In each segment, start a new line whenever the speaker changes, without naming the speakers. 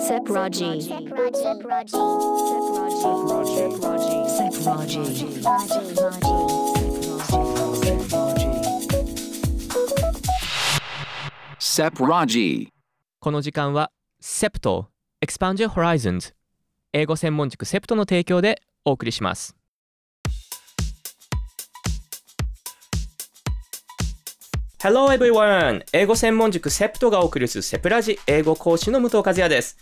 Sepraji. Sepraji. Sepraji.
Sepraji.
この時間は SEPT Expand Your Horizons 英語専門塾 SEPT の提供でお送りしますハローエブリワン英語専門塾 SEPT がお送りするセプラジ英語講師の武藤和也です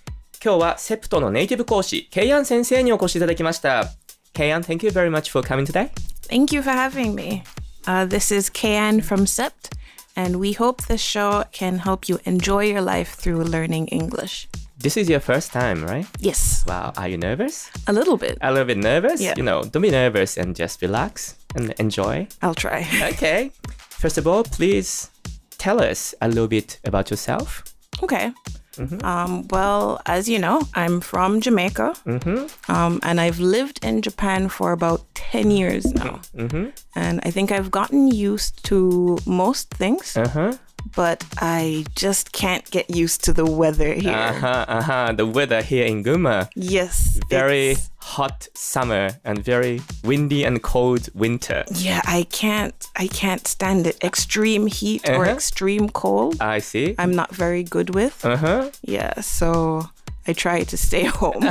今日は SEPT のネイティブ講師ケイアン先生にお越しいただきましたケイアン Thank you very much for coming today
Thank you for having me. Uh, this is KN from SEPT, and we hope this show can help you enjoy your life through learning English.
This is your first time right?
Yes,
Wow, are you nervous?
a little bit.
A little bit nervous?
Yeah.
You know, don't be nervous and just relax and enjoy.
I'll try.
Okay. First of all, please tell us a little bit about yourself.
Okay.
Mm-hmm.
Um, well, as you know, I'm from Jamaica,
Mm-hmm.
um, and I've lived in Japan for about 10 years now.
Mm-hmm.
And I think I've gotten used to most things,
Uh huh.
but I just can't get used to the weather here.
Uh huh. Uh huh. The weather here in Guma
Yes.
very
it's-
hot summer and very windy and cold winter.
Yeah, I can't. I can't stand it. Extreme heat or
Uh-huh.
extreme cold.
I see.
I'm not very good with.
Uh huh.
Yeah, so I try to stay home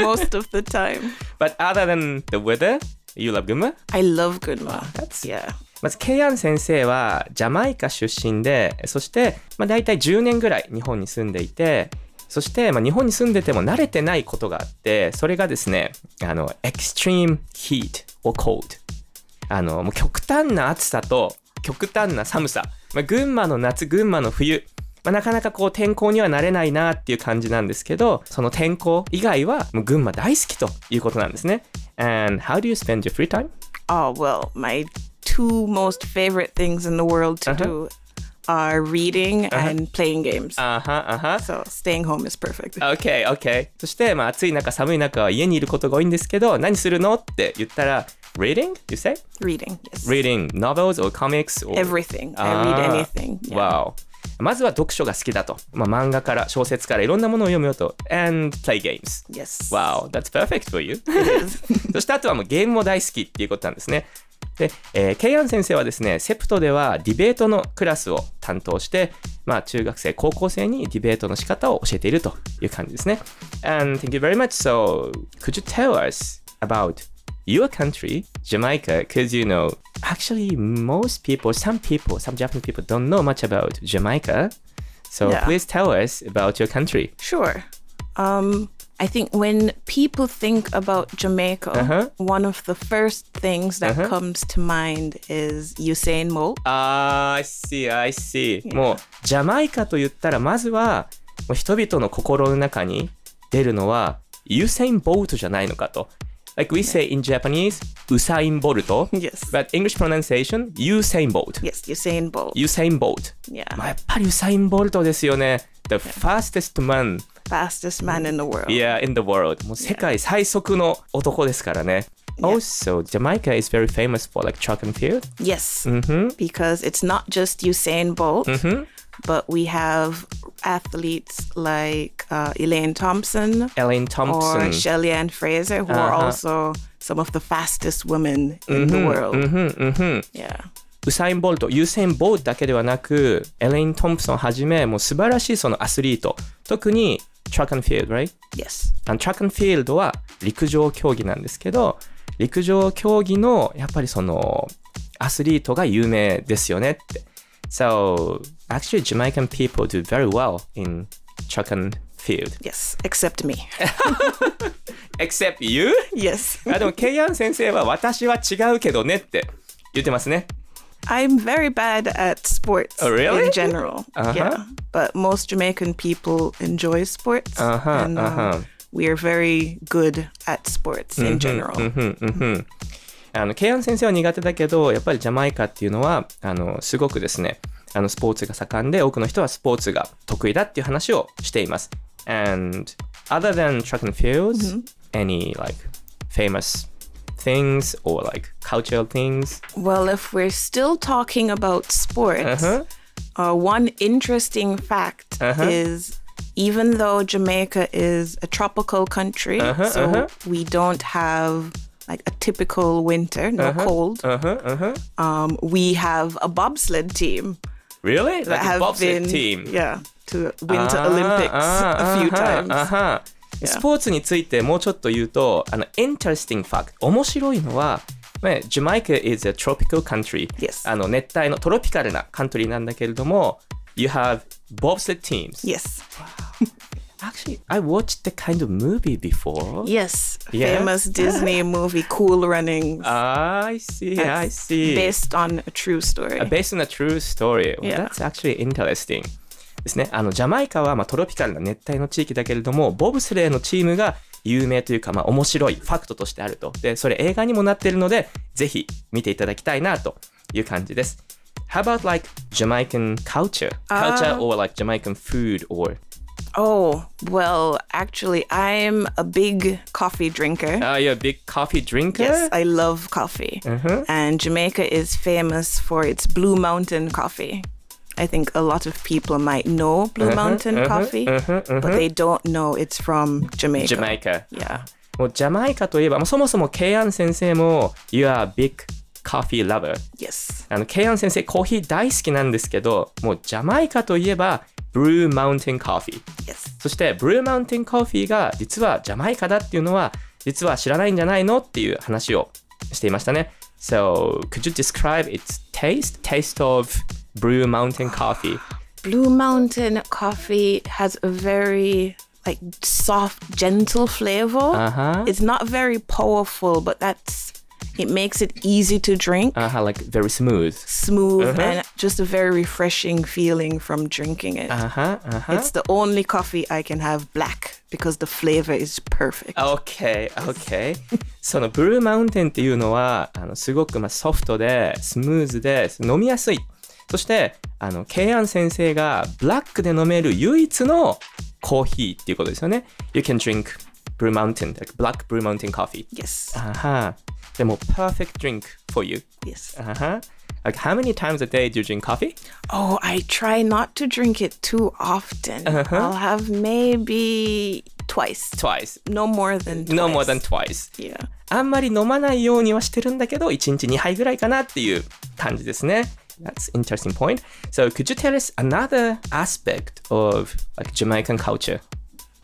most of the time.
But other than the weather, you love Guma?
I love Gunma.
That's
Yeah.
まずケイアン先生はジャマイカ出身でそして、まあ、大体10年ぐらい日本に住んでいてそして、まあ、日本に住んでても慣れてないことがあってそれがですねあのエクストリームヒート or cold あのもう極端な暑さと極端な寒さ、まあ、群馬の夏群馬の冬、まあ、なかなかこう天候にはなれないなっていう感じなんですけどその天候以外はもう群馬大好きということなんですね And how do you spend your free time?
Oh well, my two most favorite things in the world to
Uh-huh.
do are reading and playing games.
あはあは
so staying home is perfect.
OK, OK. そして、まあ、暑い中、寒い中は家にいることが多いんですけど、何するのって言ったら、reading? You say?
reading. Yes.
Reading novels or comics or...
Everything. I read
あー
anything. Yeah.
Ah. Wow. まずは読書が好きだと。まあ、漫画から小説からいろんなものを読むよと。And play games.
Yes.
Wow, that's perfect for you. そしてあとはもうゲームも大好きっていうことなんですね。で、えーケイアン先生はですね、セプトではディベートのクラスを担当して、まあ、中学生、高校生にディベートの仕方を教えているという感じですね。And thank you very much. So, could you tell us about your country, Jamaica? Because you know, actually, most people, some people, some Japanese people don't know much about Jamaica. So,
Yeah.
please tell us about your country.
Sure. Um, I think when people think about Jamaica,
Uh-huh.
one of the first things that
Uh-huh.
comes to mind is Usain Bolt.
あー、I see, I see. もう、ジャマイカと言ったら、まずは、もう人々の心の中に出るのは、ユセイン・ボルトじゃないのかと。Like we say in Japanese, ウサイン・ボルト。
Yes.
But English pronunciation, ユセイン・ボルト。
Yes, Usain Bolt.
ユセイン・ボルト。
yeah,
まあ、やっぱりウサイン・ボルトですよね。The fastest man,
fastest man in the world.
yeah, in the world. もう世界最速の男ですからね。Also, Jamaica is very famous for like track and field.
Yes,
Mm-hmm.
because it's not just Usain Bolt, but we have athletes like uh, Elaine Thompson
Ellen
or
Thompson.
Shelly Ann Fraser, who are
Uh-huh. Mm-hmm.
also some of the fastest women in the world. Yeah.
ウサイン・ボルト、ユーセイン・ボルトだけではなく、エレイン・トンプソンはじめ、もう素晴らしいそのアスリート、特にトラック and field、right?
Yes.
あのトラック and field は陸上競技なんですけど、陸上競技のやっぱりそのアスリートが有名ですよねって。So, actually, Jamaican people do very well in track and field.
Yes. Except me.
Except you?
yes.
あでも、ケイアン先生は私は違うけどねって言ってますね。
I'm very bad at sports
Oh, really?
in general.
Uh-huh.
Yeah. But most Jamaican people enjoy sports.
Uh-huh,
and, uh,
uh-huh. Mm-hmm,
we are very good at sports in general.
あの、ケイアン先生は苦手だけど、やっぱりジャマイカっていうのは、あの、すごくですね、あの、スポーツが盛んで、多くの人はスポーツが得意だっていう話をしています。And other than track and fields,、any like famous things or like cultural things?
Well, if we're still talking about sports,
Uh-huh.
uh, one interesting fact
Uh-huh.
is even though Jamaica is a tropical country,
Uh-huh,
so
uh-huh.
we don't have like a typical winter, no cold.
Uh huh. Uh huh.
Um, we have a bobsled team
Really?
that
Like a
have
bobsled
been
team. Ah,
yeah
uh-huh,
to the Winter Olympics a few
あー
times.
あーあースポーツについてもうちょっと言うと、あの、interesting fact。面白いのは、ね、ジャマイカ is a tropical country.
Yes.
あの、熱帯のトロピカルなカントリーなんだけれども、you have bobsled teams.
Yes,
Actually, I watched the kind of movie before.
yes,
Yeah.
famous Disney movie Cool Runnings,
I see, Ah, I see.
based on a true story.
Uh, Based on a true story. Well,
Yeah.
That's actually interesting. ですね。あの、ジャマイカは、まあ、トロピカルな熱帯の地域だけれども、ボブスレーのチームが有名というか、まあ、面白いファクトとしてあると。で、それ映画にもなっているので、ぜひ見ていただきたいなという感じです。How about like Jamaican culture? Culture or like Jamaican food or...
Oh, well, actually, I'm a big coffee drinker.
Are you a big coffee drinker?
Yes, I love coffee.
Uh-huh.
And Jamaica is famous for its Blue Mountain coffee. I think a lot of people might know Blue
Uh-huh,
Mountain coffee, but they don't know it's from Jamaica.
Jamaica.
Yeah.
もうジャマイカといえば、まあ、そもそもケイアン先生も、You are a big coffee lover.
Yes.
あの、ケイアン先生、コーヒー大好きなんですけど、もうジャマイカといえば、ブルーマウンテンコーヒー。
Yes.
そして、ブルーマウンテンコーヒーが実はジャマイカだっていうのは、実は知らないんじゃないのっていう話をしていましたね。So, could you describe its taste? Taste of blue mountain coffee.
Blue Mountain coffee has a very like soft, gentle flavor.
Uh-huh.
It's not very powerful, but that's it makes it easy to drink.
Uh huh, like very smooth.
smooth
Uh-huh.
and just a very refreshing feeling from drinking it.
Uh huh, uh huh.
It's the only coffee I can have black because the flavor is perfect.
Oh. OK, OK. そのブルーマウンテンっていうのは、あのすごくまあソフトで、スムーズで、飲みやすい。そして、あの、ケイアン先生がブラックで飲める唯一のコーヒーっていうことですよね。You can drink Blue Mountain, like Black Blue Mountain Coffee.
Yes.
あは。でも、perfect drink for you.
Yes.
あは。Like, how many times a day do you drink coffee?
Oh, I try not to drink it too often.
Uh-huh.
I'll have maybe twice.
Twice.
No more than twice.
No more than twice.
Yeah.
あんまり飲まないようにはしてるんだけど、1日2杯ぐらいかなっていう感じですね。That's interesting point. So, could you tell us another aspect of like Jamaican culture?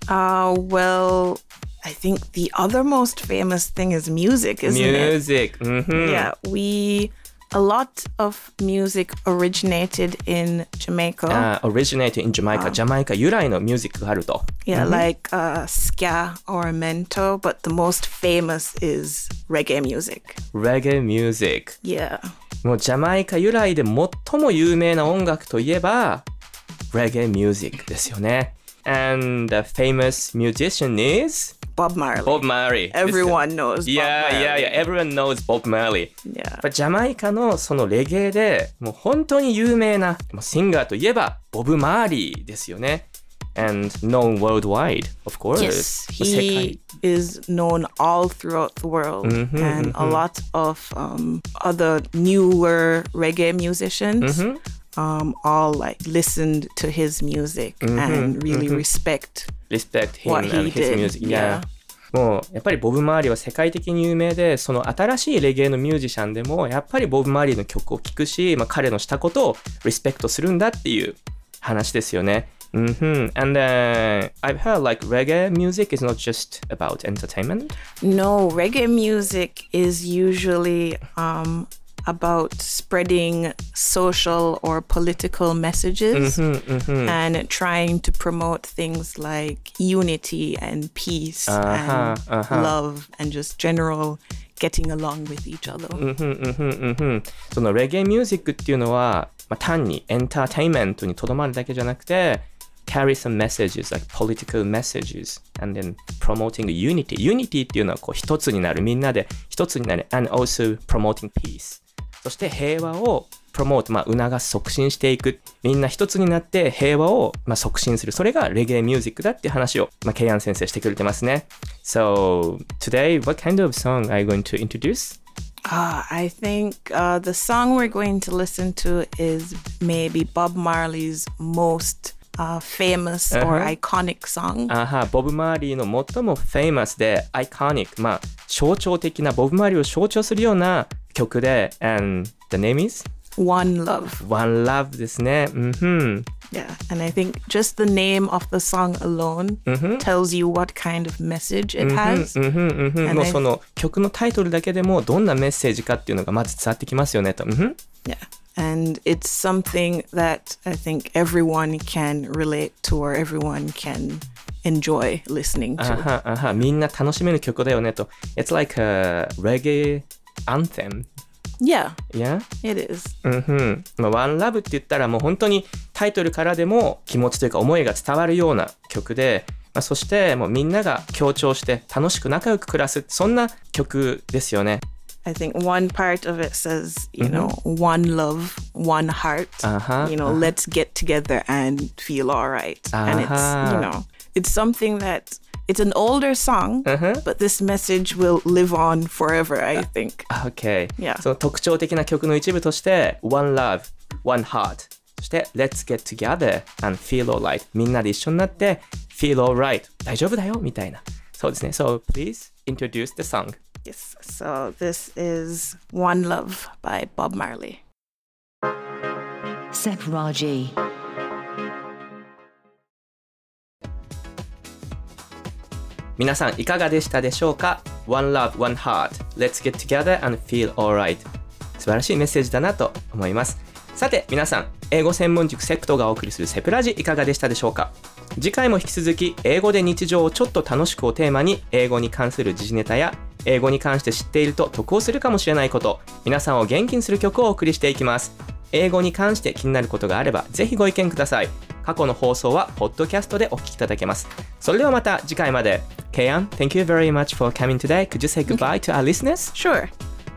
Uh, well, I think the other most famous thing is music, isn't it?
Music. Hmm. うんふん
Yeah, we a lot of music originated in Jamaica.
Uh, originated in Jamaica. ジャマイカ由来のミュージックがあると。
Yeah, like uh, ska or mento, but the most famous is reggae music.
Reggae music.
Yeah.
もうジャマイカ由来で最も有名な音楽といえば、Reggae music ですよね。And the famous musician is
Bob Marley.
Bob Marley. ですよ
Everyone knows Bob
Yeah,
Marley.
yeah, yeah. Everyone knows Bob Marley.
Yeah.
やっぱジャマイカのそのレゲエでもう本当に有名なもうシンガーといえばボブ・マーリーですよね。And known worldwide, of course.
Yes,
もう世界
he is known all throughout the world,
Mm-hmm,
and a lot of um, other newer reggae musicians
Mm-hmm.
um, all like listened to his music
Mm-hmm,
and really respect.
respect him
what
and
he
his
did.
music.
Yeah.
Yeah. もうやっぱりボブ・マーリーは世界的に有名でその新しいレゲエのミュージシャンでもやっぱりボブ・マーリーの曲を聴くし、まあ、彼のしたことをリスペクトするんだっていう話ですよね。うんふん And then I've heard like reggae music is not just about entertainment.
No, reggae music is usually um, about spreading social or political messages and trying to promote things like unity and peace and love and just general getting along with each other.
Mm. うんそのレゲエミュージックっていうのは、まあ、単にエンターテインメントにとどまるだけじゃなくて carry some messages like political messages and then promoting unity unity っていうのはこう一つになるみんなで一つになる and also promoting peace そして平和をプロモート、まあ、促す促進していくみんな一つになって平和を、まあ、促進するそれがレゲエミュージックだっていう話を、まあ、ケイアン先生してくれてますね So today what kind of song are you going to introduce?
Uh, I think uh, the song we're going to listen to is maybe Bob Marley's most uh, famous or iconic song.
あはボブ・マーリーの最もフェイマスで、アイコニック、まあ、象徴的な、ボブ・マーリーを象徴するような曲で、and the name is
One Love.
One Love ですね。うんふん。
Yeah. And I think just the name of the song alone tells you what kind of message it
Mm-hmm,
has.
うんふんうんふん
And
もう
then-
その曲のタイトルだけでもどんなメッセージかっていうのがまず伝わってきますよねと。うんふん
Yeah. And it's something that I think everyone can relate to or everyone can enjoy listening
あ
to.
はあはみんな楽しめる曲だよねと。It's like a reggae anthem.
Yeah,
Yeah?
it is.
うんふん。まあ、One Love って言ったらもう本当にタイトルからでも気持ちというか思いが伝わるような曲で、まあ、そしてもうみんなが協調して楽しく仲良く暮らすそんな曲ですよね。
I think one part of it says, you know, one love, one heart.
Mm-hmm. Uh-huh,
You know, let's get together and feel all right. And it's, you
Uh-huh.
know, it's something that it's an older song,
Uh-huh.
but this message will live on forever,
Uh,
I think.
Okay.
Yeah.
その特徴的な曲の一部として、One Love, One Heart。そして、Let's get together and feel alright. みんなで一緒になって、Feel alright. 大丈夫だよみたいな。そうですね。So, please introduce the song.
Yes. So this is One Love by Bob Marley.
Sep Raji.
Minasan, 皆さんいかがでしたでしょうか ?One Love, One Heart. Let's get together and feel alright. 素晴らしいメッセージだなと思います。さて皆さん、英語専門塾セクトがお送りするセプラジいかがでしたでしょうか次回も引き続き、英語で日常をちょっと楽しくをテーマに、英語に関する時事ネタや、英語に関して知っていると得をするかもしれないこと、皆さんを元気にする曲をお送りしていきます。英語に関して気になることがあれば、ぜひご意見ください。過去の放送は、ポッドキャストでお聞きいただけます。それではまた次回まで。Kayan, thank you very much for coming today. Could you say goodbye to our listeners?
Sure.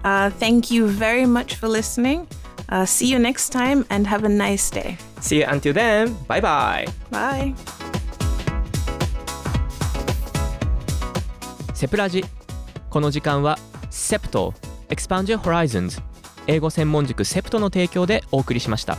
Uh, thank you very much for listening. Uh, see you next time and have a nice day.
See you until then. Bye bye.
Bye.
セプラジこの時間はセプト Expand Your Horizons 英語専門塾セプトの提供でお送りしました。